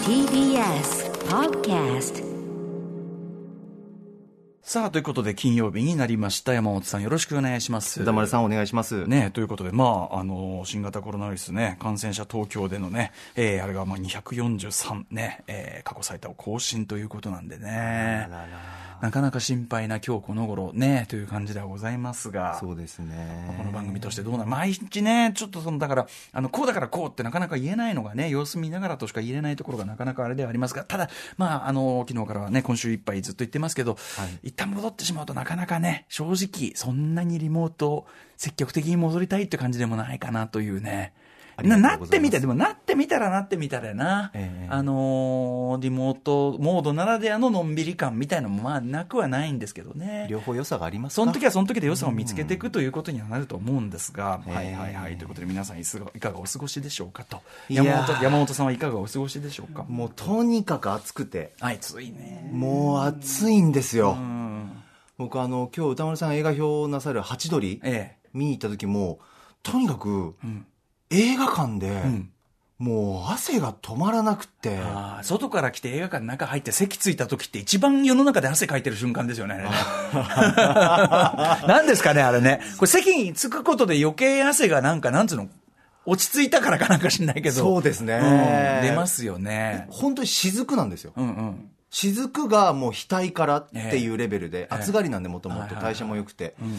TBS Podcast さあ、ということで金曜日になりました。山本さんよろしくお願いします。歌丸さんお願いします。ね、ということで、まあ、あの新型コロナウイルスね、感染者東京でのね、えーあれがまあ243ね、えー過去最多を更新ということなんでね、なかなか心配な今日この頃ね、という感じではございますが、そうですね。 この番組としてどうなる、毎日ね、ちょっとそのだから、あのこうだからこうってなかなか言えないのがね、様子見ながらとしか言えないところがなかなかあれではありますが、ただ、まあ、あの昨日からはね、今週いっぱいずっと言ってますけど、一旦戻ってしまうと、なかなかね、正直、そんなにリモート、積極的に戻りたいって感じでもないかなというね。ありながとうなっござていますみたでもなってみたらなってみたらやな、ええあのーリモートモードならではののんびり感みたいなのもまあなくはないんですけどね。両方良さがありますかその時はその時で良さを見つけていくということにはなると思うんですが、うんはいはいはい、ということで皆さんいすがいかがお過ごしでしょうかといやー山本山本さんはいかがお過ごしでしょうかもうとにかく暑くて、はいついねもう暑いんですよ。うん僕あの、今日歌丸さんが映画表なさるハチドリえ見に行った時も、とにかくえうん映画館で、うんもう汗が止まらなくて、あー外から来て映画館の中入って席ついた時って一番世の中で汗かいてる瞬間ですよね。 何ですかねあれね。これ席に着くことで余計汗がなんかなんつうの落ち着いたからかなんか知んないけど。そうですねうん出ますよね。本当に雫なんですよ。うんうん。雫がもう額からっていうレベルえで、え暑がりなんでもともはいとはいはい代謝も良くて、ん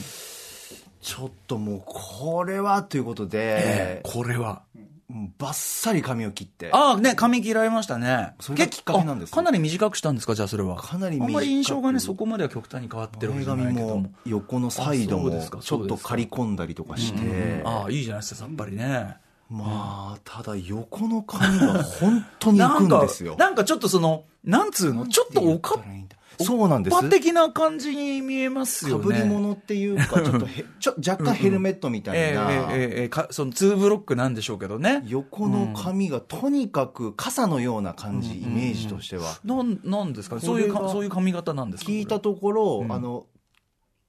ちょっともうこれはということで、これは。もうバッサリ髪を切ってああ、ね、髪切られましたね。それがきっかけなんです結構あかなり短くしたんですか、じゃあそれは。かなり短あくんまり印象がね、そこまでは極端に変わってるわけ前じゃない髪けどもも。横のサイドあそもうですかちょっと刈り込んだりとかして、ああ、いいじゃないですか、さっぱりね。まあただ横の髪が本当にいなくんんかですよ、なんかちょっとその、なんつうの、ちょっとおかっそうなんですぱ的な感じに見えますかよね。ぶり物っていうかちょっとへちょ若干ヘルメットみたえい えな、ええええかその2ブロックなんでしょうけどね。横の髪がとにかく傘のような感じ、イメージとしては、なん、なんですかねそういうこれか、がそういう髪型なんですか聞いたこところ、うんあの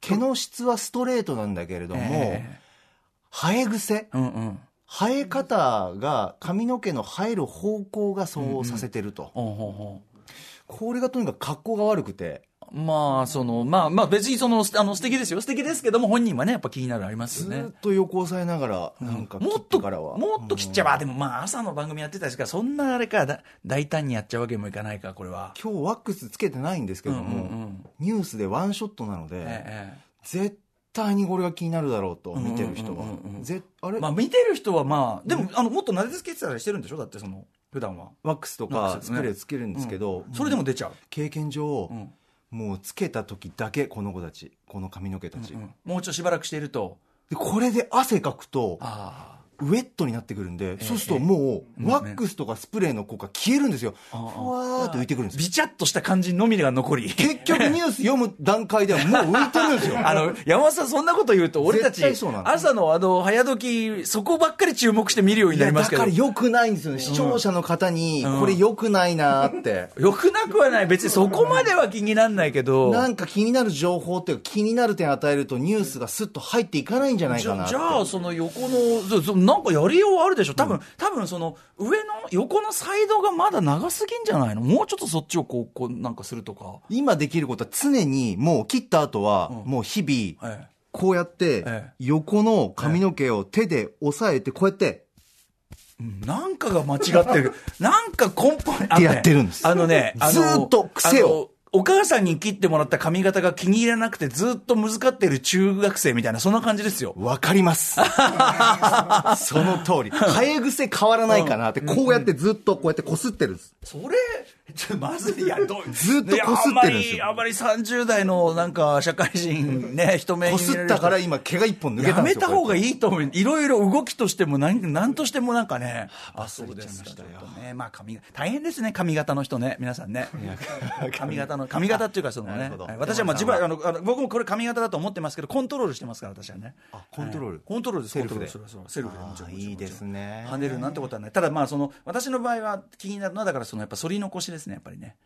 毛の質はストレートなんだけれどれも、え生え癖えうんうん。生え方が髪の毛の生える方向がそうさせてると、ほうほうほうこれがとにかく格好が悪くてまあ、その、まあ、まあ、別にその、あの、素敵ですよ。素敵ですけども、本人はね、やっぱ気になるありますずよねーっ。と横押さえながらなんか切もっってと、からはもっと切っちゃえば、でもまあ、朝の番組やってたですから、そんなあれか、だ大胆にやっちゃうわけにもいかないか、これは。今日ワックスつけてないんですけども、うんうんうんニュースでワンショットなので、ええ絶対にこれが気になるだろうと見てる人は、うんうんうんうんぜあれ、まあ、見てる人はまあ、でも、あの、もっと撫でつけてたりしてるんでしょだって、その、普段は。ワックスとワッかクススねプレーつけるんですけど、それでも出ちゃう。経験上、うんもうつけた時だけこの子たちこの髪の毛たち、うんもうちょっとしばらくしていると、でこれで汗かくとああ。ウェットになってくるんで、えそうするともえうワックスとかスプレーの効果消えるんですよ、ああふわーっと浮いてくるんですよびちゃっとした感じのみが残り。結局ニュース読む段階ではもう浮いてる んですよあの、山本さんそんなこと言うと、俺たち絶対そうな、の朝のあの、早時、そこばっかり注目して見るようにいなやりまだすけかどら。良くないんですよね、視聴者の方にうんこれ良くないなーって、よくなくはない。別にそこまでは気になんないけど。なんか気になる情報っていうか気になる点与えるとニュースがスッと入っていかないんじゃないじかゃなってじゃあ、その横の、そそなんかやりようあるでしょ、多分、多分その上の横のサイドがまだ長すぎんじゃないの、もうちょっとそっちをこう、こうなんかするとか、今できることは常にもう切った後はもう日々ええこうやっえてえ横の髪の毛を手で押さえてこうやってうんなんかが間違って る、なんか根本あのねやってるんですあのね、あのずーっと癖をあのお母さんに切ってもらった髪型が気に入らなくて、ずーっと難かってる中学生みたいな、そんな感じですよ。わかります その通り生え癖変わらないかなってこうやってずっとこうやってこすってるんですそれ、ちょまずい、いや、どうずっとこすってるんですよいやあんまり、あんまり30代のなんか、社会人ね、人目にこ見すれるっ人たから今毛が一本抜けやたんでめすよた方がいいいいと思う。いろいろ動きとしても、なん、なんとしてもなんかね。あ、そうですか。ちょっとね、まあ、髪が、大変ですね、髪型の人ね、皆さん ね。髪型の、髪型っていうか、そのなねるほ。どはい私は、まあ、自分、あの、あの僕もこれ髪型だと思ってますけど、コントロールしてますから、私はね。あコントロールはいコントロールです、セルフコでントロールそれはそうセルフでもちろん。あーもちろんいいですね跳ねるなんてことはない。ただ、まあ、その、私の場合は気になるのは、だから、その、やっぱ、反り残しですね、やっぱりね。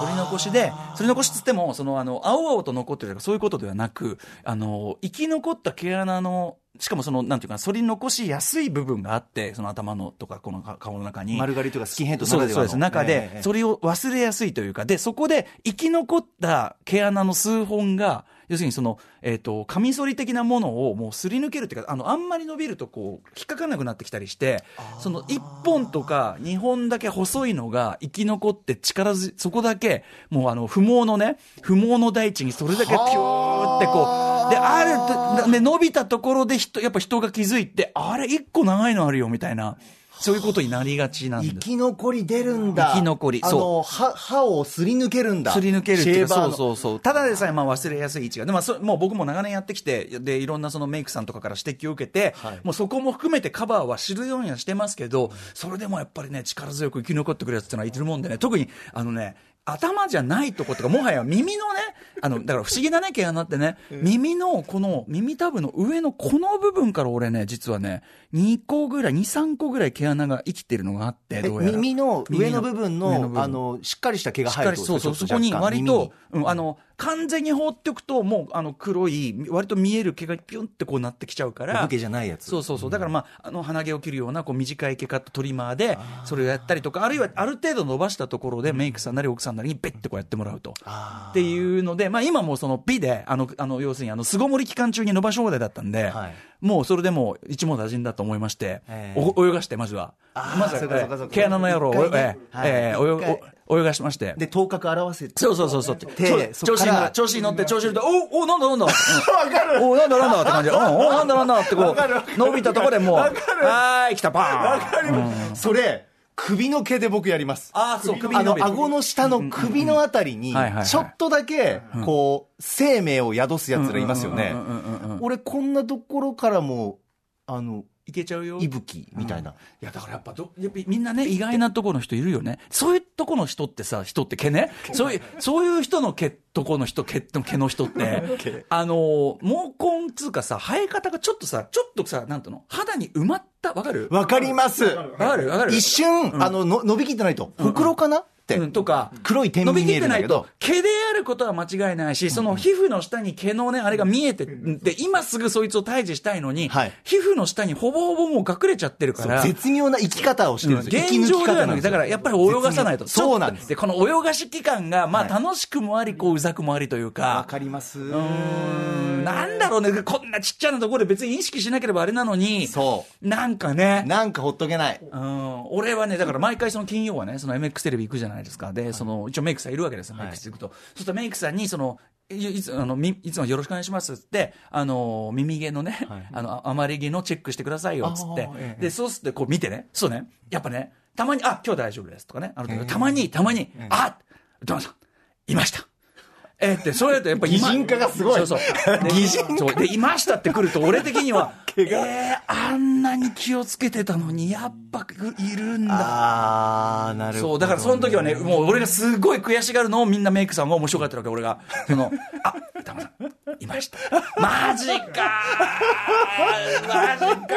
取り残しで、取り残しっつっても、その、あの、青々と残ってるとか、そういうことではなく、あの、生き残った毛穴の、しかもその、なんていうか、反り残しやすい部分があって、その頭のとか、この顔の中に。丸刈りとかスキンヘッドなそうらで、ですはそうのです。中ええで、それを忘れやすいというか、で、そこで生き残った毛穴の数本が、要するにその、えっ、と、カミソリ的なものをもうすり抜けるっていうか、あの、あんまり伸びるとこう、引っかからなくなってきたりして、その1本とか2本だけ細いのが生き残って力ず、そこだけ、もうあの、不毛のね、不毛の大地にそれだけピューってこう、で、あると、で、伸びたところで人、やっぱ人が気づいて、あれ、1個長いのあるよ、みたいな、そういうことになりがちなんです生き残り出るんだ。生き残りあその、歯、歯をすり抜けるんだ。すり抜けるってシいェうーかバーそのうそうそうただでさえまあ忘れやすい位置がで、まあ、そもう僕も長年やってきてでいろんなそのメイクさんとかから指摘を受けて、はいもうそこも含めてカバーは知るようにはしてますけどそれでもやっぱりね力強く生き残ってくるやつってのはいてるもんでね特にあのね頭じゃないとことか、もはや耳のね、あの、だから不思議だね、毛穴ってね、耳のこの、耳たぶの上のこの部分から俺ね、実はね、2個ぐらい、2、3個ぐらい毛穴が生きてるのがあって、えどうやら。耳の上の部分耳の部分あのしっかりした毛がしっ生かえりてるそうそうちそょっとこに若干割耳と、うん、あの完全に放っておくともうあの黒い割と見える毛がピュンってこうなってきちゃうからお武家じゃないやつそうそうそうだからまああの鼻毛を切るようなこう短い毛カットトリマーでそれをやったりとかあるいはある程度伸ばしたところでメイクさんなり奥さんなりにベッてこうやってもらうとあっていうので、まあ、今もうその美であのあの要するにあの巣ごもり期間中に伸ばし放題だったんで、はいもうそれでもう一網打尽だと思いまして、ええお泳がしてまずはあーまずはそうかそうかそうか毛穴の野郎を、一回えねえはいええ一泳回お泳がしましてで頭角表せてそうそうそうそう。ちょ手そ調っ子かに乗らる調子に乗って、調子に乗って、おお、なんだなんだ。わかる。おなんだなんだって感じで。うん、おなんだなんだってこう、伸びたところでもう、はーい、来た、パーン。それ首の毛で僕やりますあーそう首にあ伸のびる顎の下の首のあたりにうんうんはいはいはいちょっとだけこう生命を宿すやつらいますよね俺こんなところからもあのいけちゃうよ。息吹みたいな、いやだからやっぱどやっぱみんなね意外なとこの人いるよねそういうとこの人ってさ人って毛ねそういうそういう人の毛とこの人毛の毛の人ってあの毛根つうかさ生え方がちょっとさちょっとさなんていうの肌に埋まったわかるわわかりますかるわかる一瞬、あのの伸びきってないとほくろかなって、うん、とか、黒い点伸にびき見っえてるんなだいけどと、毛であることは間違いないし、その皮膚の下に毛のね、あれが見えて、で、今すぐそいつを退治したいのに、はい皮膚の下にほぼほぼもう隠れちゃってるから、絶妙な生き方をしてるんですよ、現状では生き抜き方ななんくですだよからやっぱり泳がさないと。絶妙そうなんですで、この泳がし期間が、まあはい楽しくもあり、こう、うざくもありというわか、かりますうんなんだろうね、こんなちっちゃなところで別に意識しなければあれなのに、そなんかねう。なんかほっとけないうん、俺はね、だから毎回その金曜はね、その MX テレビ行くじゃないですか。で、その、一応メイクさんいるわけですよ、はいメイク室行くと。そうするとメイクさんに、その、いいつあのみいつもよろしくお願いしますって、あの、耳毛のね、はいあの、あ余り毛のチェックしてくださいよ、つってあーえ。えで、そうすってこう見てね、そうね、やっぱね、たまに、あ、今日大丈夫ですとかね、あの、たまに、たまに、あ、どうぞ、いました。えーって、そうやってやっぱ擬人化がすごいそうそう。 で擬人そうで、いましたって来ると、俺的に は、えー、あんなに気をつけてたのに、やっぱいるんだ。ああなるほど、そう、だからその時はね、もう俺がすごい悔しがるのをみんなメイクさんが面白かったわけ、俺が。その、 あ、歌丸さん、いました。マジかーマジか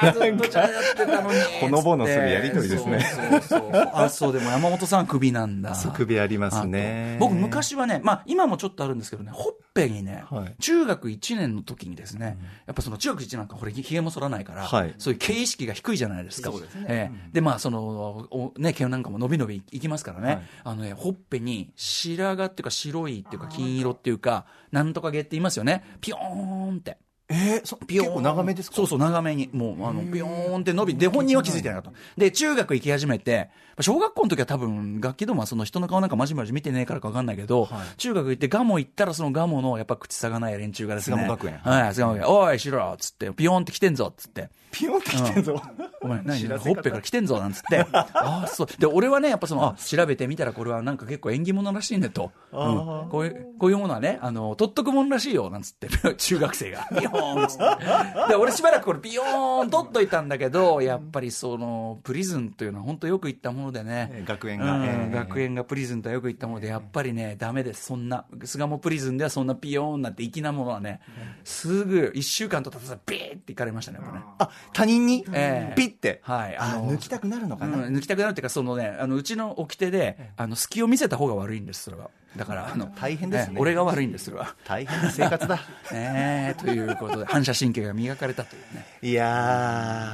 ーずっとじゃあやってたのに。ほのぼのするやりとりですねそうそうそうあ、そう、でも山本さん首なんだ。首ありまあとすね僕昔はね、まあ今もちょっとあるんですけどね、ほっぺにね、はい中学1年の時にですね、やっぱその中学1年なんかこれひげも剃らないから、はいそういう毛意識が低いじゃないですか。ええで、まあその、おね、毛なんかも伸び伸びいきますからね、はいあのね、ほっぺに白髪っていうか白いっていうか金色っていうか、なんとか毛って言いますよね。ピヨーンって。えーそピヨーン結構長めですかそうそう、長めに。もう、あの、ピヨーンって伸び、で、本人は気づいてなかった。で、中学行き始めて、小学校の時は多分、楽器どもはその人の顔なんかまじまじ見てねえからかわかんないけど、中学行ってガモ行ったらそのガモの、やっぱ口さがない連中がですね。巣鴨学園はい、巣鴨学園。おい、しろっつって、ピヨーンって来てんぞっつって。ピヨンってきてんぞ、お前、何ほっぺから来てんぞ、なんつっ て。ああ、そう。で、俺はね、やっぱその、あ、調べてみたらこれはなんか結構縁起物らし いねと。うんこういう、こういうものはね、あの、取っとくものらしいよ、なんつって、中学生が。ピヨ ーンっつって で俺しばらくこれビヨーン取っといたんだけどやっぱりそのプリズンというのは本当よく言ったものでね、えー学園うが、えん、ー学園がプリズンとはよく言ったもので、やっぱりね、ダメです、そんな、巣鴨プリズンではそんなピヨーンなんて粋なものはね、すぐ1週間とたたず、ビーっていかれましたね、やっぱね。あ他人 に、ええピッて、はい、あ抜きたくなるのかな、うん抜きたくなるっていうか、そのね、あのうちの掟で、あの隙を見せた方が悪いんです、それは。だから、あの大変ですねええ俺が悪いんです、それは。 大変な生活 だええということで、反射神経が磨かれたというね。いや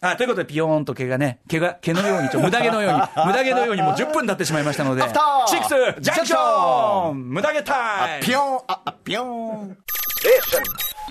あということで、ピヨーンと毛がね、毛が、毛のように、ちょ無駄毛のよう に、無駄毛のようにもう10分経ってしまいましたので、フターシックスジャンクション無駄毛タイームピヨーンああピヨーン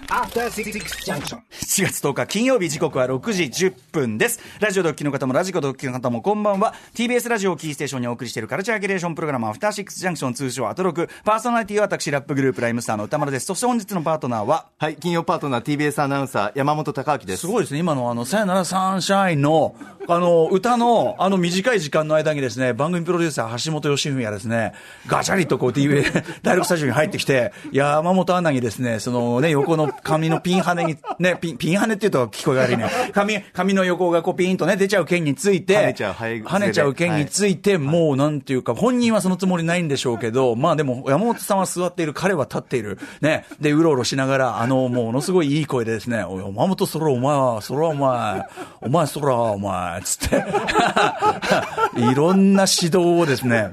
After Six Junction. 7月10日金曜日時刻は6時10分ですラジオドッキリの方もラジコドッキリの方もこんばんは TBS ラジオをキーステーションにお送りしているカルチャーキュレーションプログラム「アフターシックスジャンクション」通称アトロクパーソナリティは私ラップグループライムスターの歌丸ですそして本日のパートナーははい金曜パートナー TBS アナウンサー山本貴明ですすごいですね今のあの「さよならサンシャインの」あの歌のあの短い時間の間にですね番組プロデューサー橋本良文がですねガチャリとこう TV ダイレクトスタジオに入ってきて山本アナにですねそのね横の髪のピンハネにねピンピンハネっていうと聞こえが悪いね髪髪の横がこうピンとね出ちゃう件について跳ねちゃうはい跳ねちゃう件についてもうなんていうか本人はそのつもりないんでしょうけどまあでも山本さんは座っている彼は立っているねでうろうろしながらあのもうものすごいいい声でですね「おい山本そらお前はそらお前お前そらお前」つって いろんな指導をですね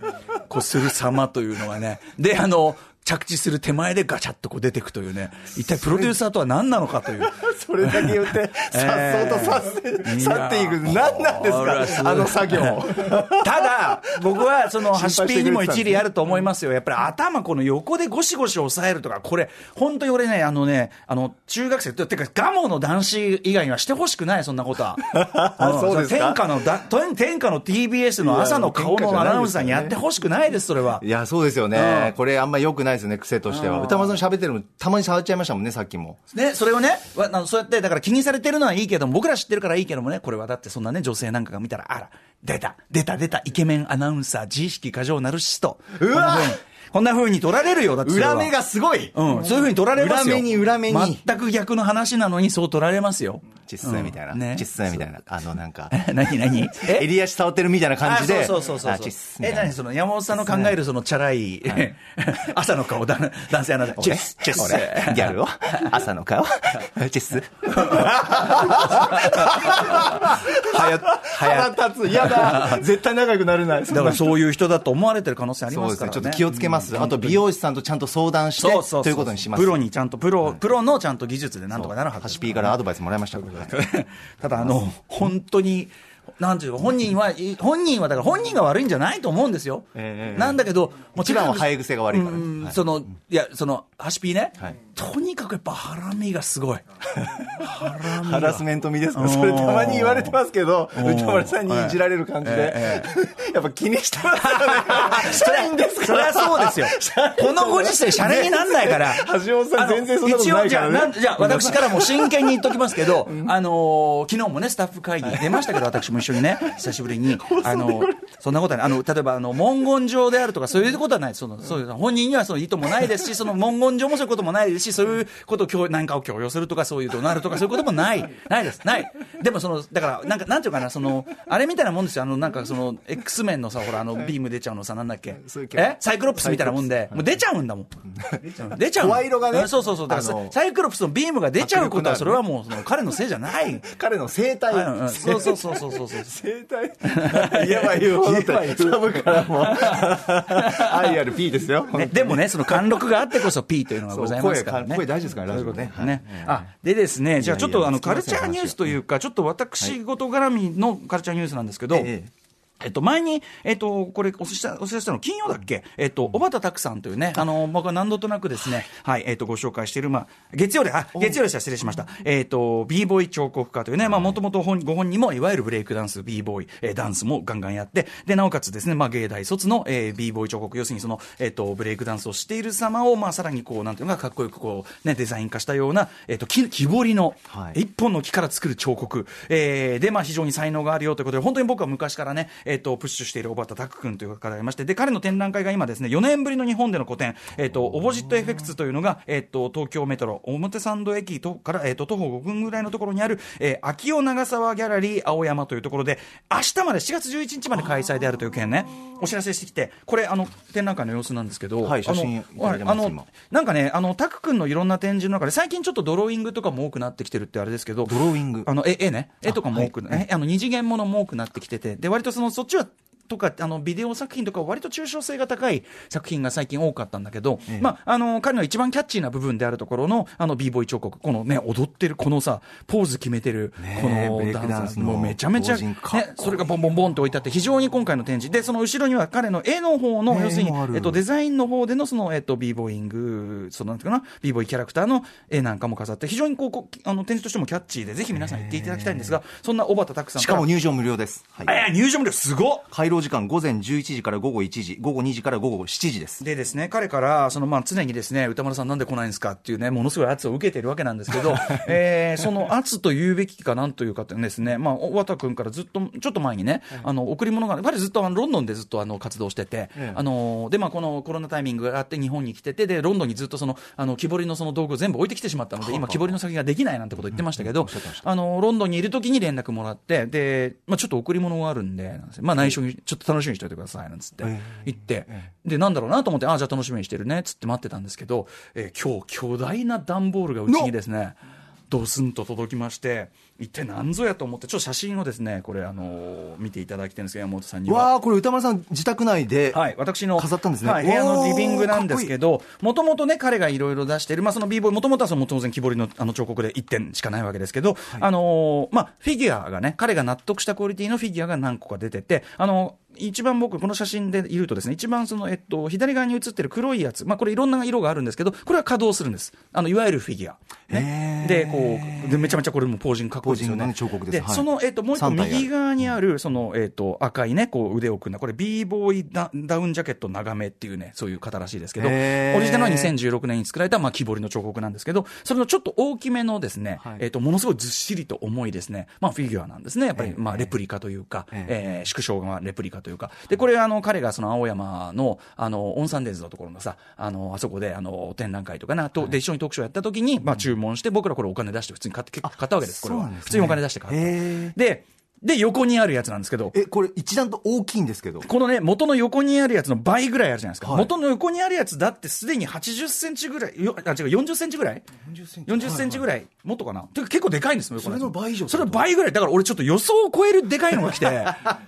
こうする様というのがねであの着地する手前でガチャッとこう出てくというね一体プロデューサーとは何なのかという。それだけ言 って、さっそうとさっいて、や去っていく。何なんでこれはすすかごいあの作業。ただ、僕はその、ハ配してシくれてたんですねピーにも一理あると思いますよ。やっぱり頭、この横でゴシゴシ押さえるとか、これ、本当に俺ね、あのね、あの、中学生、てか、ガモの男子以外にはしてほしくない、そんなこと は。んそうですか天下のだ、天天下の TBS の朝の顔のアナウンサーにやってほしくないです、それは。 いや、そうですようんね。これあんま良くないですよね、癖としては。歌丸さん喋ってるのもたまに触っちゃいましたもんね、さっきも。ね、それをね、わあのそうやって、だから気にされてるのはいいけども、僕ら知ってるからいいけどもね、これはだってそんなね、女性なんかが見たら、あら、出た、出た、出た、イケメンアナウンサー、自意識過剰ナルシスト。うわこんな風にこんな風に取られるよ、だってそれは裏目がすごいうん、そういう風に取られますよ。裏目に裏目に全く逆の話なのに、そう取られます よ。ちっすーみたいうんな。ねちっすーみたいな。あの、なんか、何何え襟足触ってるみたいな感じで。あそうそうそうそうあそうちっすみえたい何な。その山本さんの考えるそのチャラい、 朝の顔だ男性あなた俺チェスチェス俺ギャ ルを朝の顔チェスはやはや腹立つ嫌だ絶対仲良くなれな いだからそういう人だと思われてる可能性ありそうまですすかねらねちょっと気をつけますあと美容師さんとちゃんと相談してそうそうそうということにしますプロにちゃんとプロ、プロのちゃんと技術でなんとかなるはハずシピーからアドバイスもらいましたから ただあの本当になんていうか本人はい本人はだから本人が悪いんじゃないと思うんですよ、ええなんだけども一番は生え癖が悪いからねうんはいそのいやそのハシピーね、はいとにかくやっぱハラミがすごいハラミハラスメント味ですね。それたまに言われてますけど、歌丸さんにいじられる感じで。 やっぱ気にしてますよね。 社員です かそりゃら。そうです よ。このご時世、シャレになんないから。橋本さん全然そんなことないかあの一らね応、じゃあなん、じゃあ私からも真剣に言っときますけど、あのー昨日もね、スタッフ会議出ましたけど、私も一緒に ね、久しぶりに、あのーそんなことはない。あの、例えば、あの、文言上であるとか、そういうことはない。その、そういう、本人にはその意図もない ですし、その文言上もそういうこともないですし、そういうことを強、なんかを強要するとか、そういう怒鳴るとか、そういうこともない。ないです。ない。でも、その、だから、なんか、なんていうかな、その、あれみたいなもんですよ。あの、なんか、その、X メンのさ、ほら、あの、ビーム出ちゃうのさ、なんだっけ。そういうキャラえサイクロプスみたいなもんで、もう出ちゃうんだもん。出ちゃう。声色がねうんそうそうそう。だからあのサイクロプスのビームが出ちゃうことは、迫力のあるそれはもう、その彼のせいじゃ ない。彼の生態うんうんそうそうそうそうそうそう。生態 言えば言うほ どってサブからも愛ある P ですよね、でもね、その貫禄があってこそ P というのがございますからそね。う声か声大事ですからラジそオねういうことねあ、でですね、じゃあちょっとあの、つきまカせんルチャーニュースというか、ちょっと私事絡みのカルチャーニュースなんですけど、えええっと、前に、えっと、これお知らせ、お知らせしたの、金曜だっけえっと、小畑拓さんというね、あの、僕は何度となくですね、はい、えっと、ご紹介している、まあ、月曜で、あ、月曜でした、失礼しました。えっと、b ボーイ彫刻家というね、まあ、もともと本、ご本人も、いわゆるブレイクダンス、b ボーイ、えーダンスもガンガンやって、で、なおかつですね、まあ、芸大卒の、えー、b ボーイ彫刻、要するにその、えっと、ブレイクダンスをしている様を、まあ、さらにこう、なんていうのが、かっこよくこう、ね、デザイン化したような、えっと、木、木彫りの、はい一本の木から作る彫刻、えーで、まあ、非常に才能があるよということで、本当に僕は昔からね、ええっ、と、プッシュしている小畑拓君という方がいまして、で、彼の展覧会が今ですね、4年ぶりの日本での個展、えっ、と、オポジットエフェクツというのが、えっ、と、東京メトロ表参道駅とから、えっ、と、徒歩5分ぐらいのところにある、えー秋尾長沢ギャラリー青山というところで、明日まで、4月11日まで開催であるという件ね、お知らせしてきて、これ、あの、展覧会の様子なんですけど、はい写真いただいてますあの今なんかね、あの、タク君のいろんな展示の中で、最近ちょっとドローイングとかも多くなってきてるってあれですけど、ドローイングあの、絵、絵ね。絵とかも多く、ねあの、二次元ものも多くなってきてて、で、割とその、そっちは、とかあのビデオ作品とか割と抽象性が高い作品が最近多かったんだけど、まあ、あの彼の一番キャッチーな部分であるところのあの b ボーイ彫刻このね踊ってるこのさポーズ決めてるねえこブレのイダクダンンススものうめちゃめちゃ、ポージンねグかっこいい、それがボンボンボンと置いてあって非常に今回の展示でその後ろには彼の絵の方のね要するに絵もあ、るえっと、デザインの方でのその、えっと、b ボーイングそのなんていうかな b ボーイキャラクターの絵なんかも飾って非常にこうこうあの展示としてもキャッチーでぜひ皆さん行っていただきたいんですがそんな小畑拓さんしからも入場無料です。はいえー入場無料すごっ回廊時間午前11時から午後1時、午後2時から午後7時です。でですね、彼から、そのまあ常にですね、歌丸さんなんで来ないんですかっていうね、ものすごい圧を受けているわけなんですけ ど、えーその圧と言うべきかなんというかってですね、まあ、小畑君からずっと、ちょっと前にね、あの、贈り物が、彼ずっとあのロンドンでずっとあの活動してて、あの、で、まあこのコロナタイミングがあって日本に来てて、で、ロンドンにずっとその、あの、木彫りのその道具を全部置いてきてしまったので、今木彫りの先ができないなんてこと言ってましたけど、あの、ロンドンにいる時に連絡もらって、で、まあちょっと贈り物があるんで、なんつってまあ内緒に、ちょっと楽しみにしておいてください、なんつって、行って、で、なんだろうなと思って、ああ、じゃあ楽しみにしてるね、つって待ってたんですけど、えー今日、巨大な段ボールがうちにですね、ドスンと届きまして、一体何ぞやと思って、ちょっと写真をですね、これ、あのー見ていただきたいんですけど、山本さんには。わあ、これ歌丸さん自宅内で。はい、私の飾ったんですねはい、部屋おのーリビングなんですけど、もともとね、彼がいろいろ出している、まあ、その b ボーイ、もともとはその当然、木彫りのあの彫刻で1点しかないわけですけど、あのーまあ、フィギュアがね、彼が納得したクオリティのフィギュアが何個か出てて、あのー一番僕、この写真で言うとですね、一番その、えっと、左側に写ってる黒いやつ、まあ、これいろんな色があるんですけど、これは稼働するんです。あの、いわゆるフィギュア。ね。へーで、こう、でめちゃめちゃこれもポージングかっこいいですよね。ポージングね彫刻ですで、はいその、えっと、もう一個三体ある右側にある、その、えっ、と、赤いね、こう腕を組んだ、これ b ボーイダダウンジャケット長めっていうね、そういう方らしいですけど、オへーリジナルは2016年に作られた、まあ、木彫りの彫刻なんですけど、それのちょっと大きめのですね、はいえっ、と、ものすごいずっしりと重いですね、まあ、フィギュアなんですね、やっぱり、まあ、レプリカというか、ええー縮小がレプリカというか、で、これ、あの、彼がその青山の、あの、オンサンデーズのところのさ、あの、あそこで、あの、展覧会とかな、と、で、一緒に特集やった時に、まあ、注文して、僕らこれお金出して、普通に買って、買ったわけです、これそうは。なんですね普通にお金出して買った。へーで、で、横にあるやつなんですけど、え、これ一段と大きいんです けど。このね、元の横にあるやつの倍ぐらいあるじゃないですか。はい元の横にあるやつだってすでに80センチぐらい、よあ、違う、40センチぐらい ?40 センチ。ぐらい、もっとかなてか結構でかいんですよ、横のやつそれの倍以上ってことそれの倍ぐらい。だから俺ちょっと予想を超えるでかいのが来 て、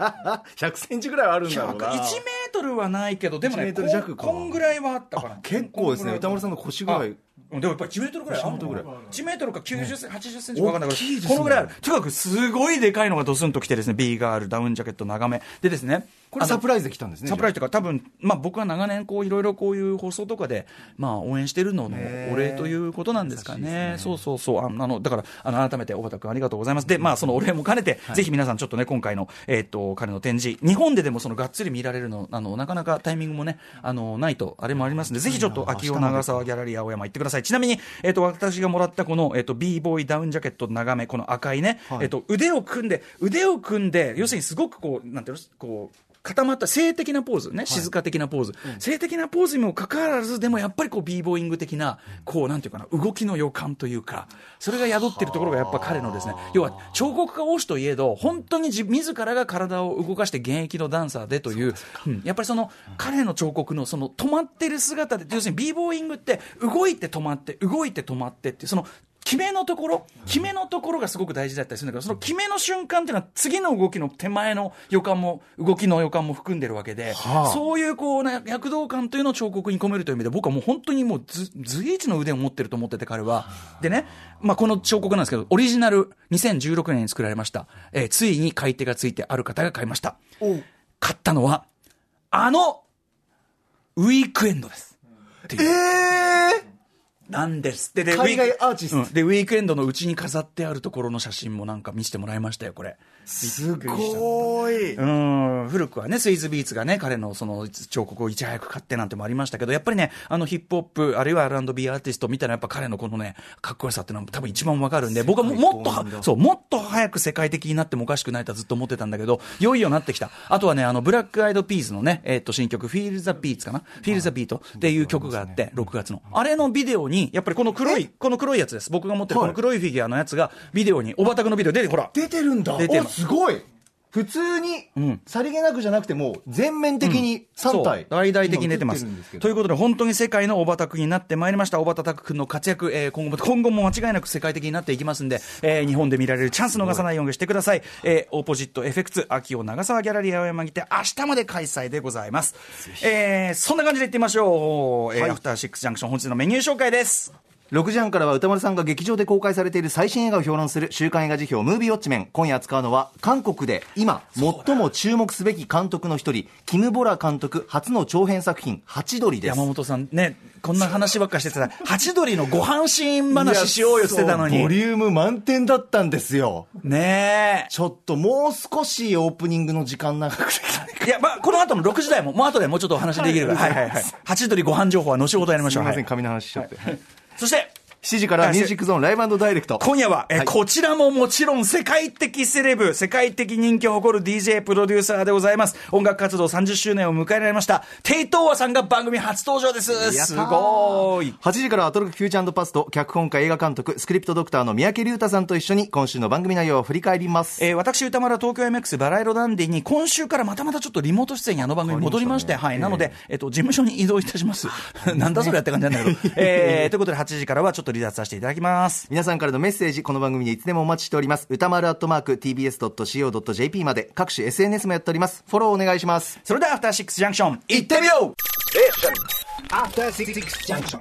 100センチぐらいあるん100 1メートルはないけど、でもね、 1メートル弱かこんこんぐらいはあったから。結構ですね、歌丸さんの腰ぐらい。でもやっぱり1メートルぐらいあるのかな1メートルぐら1メートルか90センチ、80センチか分かんない大きいですこねのぐらいある。とにかくすごいでかいのがドスンと来てですね、B ガール、ダウンジャケット長め。でですね、これサプライズで来たんですね。サプライズ。ズというか、多分まあ僕は長年、こういろいろこういう放送とかで、まあ、応援してるののへーお礼ということなんですかね、そうそうそう、ああのだからあの改めて小畑君、ありがとうございます、で、まあ、そのお礼も兼ねて、ぜひ皆さん、ちょっとね、今回の、えー、と彼の展示、日本ででもそのがっつり見られるのあの、なかなかタイミングもね、あのないと、あれもありますんで、ぜひちょっと秋尾長沢ギャラリー青山行ってください、ちなみに、えー、と私がもらったこの、えー、と b ボーイダウンジャケット長め、この赤いね、はいえー、と腕を組んで、腕を組んで、要するにすごくこう、なんていうの、こう、固まった性的なポーズね、静か的なポーズ、性的なポーズにもかかわらず、でもやっぱりこう、b ボーイング的な、こう、なんていうかな、動きの予感というか、それが宿ってるところがやっぱ彼のですね、要は彫刻家王子といえど、本当に自自らが体を動かして現役のダンサーでという、うんやっぱりその、彼の彫刻のその止まってる姿で、要するに b ボーイングって、動いて止まって、動いて止まってっていう、その、決めのところ、決めのところがすごく大事だったりするんだけど、その決めの瞬間っていうのは、次の動きの手前の予感も、動きの予感も含んでるわけで、はあそういうこう、ね、躍動感というのを彫刻に込めるという意味で、僕はもう本当にもうず、随一の腕を持ってると思ってて、彼は。でね、まあ、この彫刻なんですけど、オリジナル、2016年に作られました、えーついに買い手がついてある方が買いました。買ったのは、あの、ウィークエンドです。っていうえーなんですって。で海外ウィークアーティストうんで、ウィークエンドのうちに飾ってあるところの写真もなんか見せてもらいましたよ、これ。すごい。うん古くはねスイーズビーツがね彼のその彫刻をいち早く買ってなんてもありましたけどやっぱりねあのヒップホップあるいは R&B アーティストみたいなやっぱ彼のこのねかっこよさっていうのは多分一番わかるんで僕はも世界もっと公認はだそうもっと早く世界的になってもおかしくないとはずっと思ってたんだけどいよいよなってきたあとはねあのブラックアイドピーズのねえっと新曲「Feel the Beats」かな「Feel the Beat」っていう曲があって6月のあれのビデオにやっぱりこの黒いこの黒いやつです僕が持ってるこの黒いフィギュアのやつがビデオにおばたくのビデオ出てほら出てるんだ。出てまお、すごい。普通に、さりげなくじゃなくても、全面的にそ3う体。大々的に出てます今映るんですけどということで本当に世界のおばたくになってまいりましたおばたくんの活躍、えー今後も今後も間違いなく世界的になっていきますんで、えー日本で見られるチャンス逃さないようにしてください、えーオポジットエフェクツ秋尾長沢ギャラリー青山にて明日まで開催でございます、えーそんな感じでいってみましょう、えーアフターシックスジャンクション本日のメニュー紹介です6時半からは歌丸さんが劇場で公開されている最新映画を評論する週刊映画辞表「ムービーウォッチメン」今夜扱うのは韓国で今最も注目すべき監督の一人キム・ボラ監督初の長編作品「ハチドリ」です山本さんねこんな話ばっかしてたらハチドリのご飯シーン話しようよってたのいやそうにボリューム満点だったんですよねえちょっともう少しオープニングの時間長 くていや、まあ、この後の6時台も、もう後でもうちょっとお話できるから、はいはいはい。ハチドリご飯情報は後ほどやりましすょう。みまはせんい紙の話しちゃってそして、 7時から「ミュージックゾーンライブダイレクト」今夜は、えーはいこちらももちろん世界的セレブ、世界的人気を誇る DJ プロデューサーでございます。音楽活動30周年を迎えられました、テイトーアさんが番組初登場です。やったーすごーい。 8時からはアトロックフューチャーパスト脚本家映画監督スクリプトドクターの三宅龍太さんと一緒に今週の番組内容を振り返りますえー私、歌丸は東京 MX バラ色ダンディに今週からまたまたちょっとリモート出演にあの番組に戻りまして、はい、なので、えっと、事務所に移動いたし ます。なんだそれやって感じなんだけど。えーということで8時からはちょっと離脱させていただきます。皆さんからのメッセージこの番組でいつでもお待ちしております歌丸アットマーク TBS.CO.JP まで各種 SNS もやっておりますフォローお願いしますそれではアフターシックスジャンクションいってみよう After Six Junction.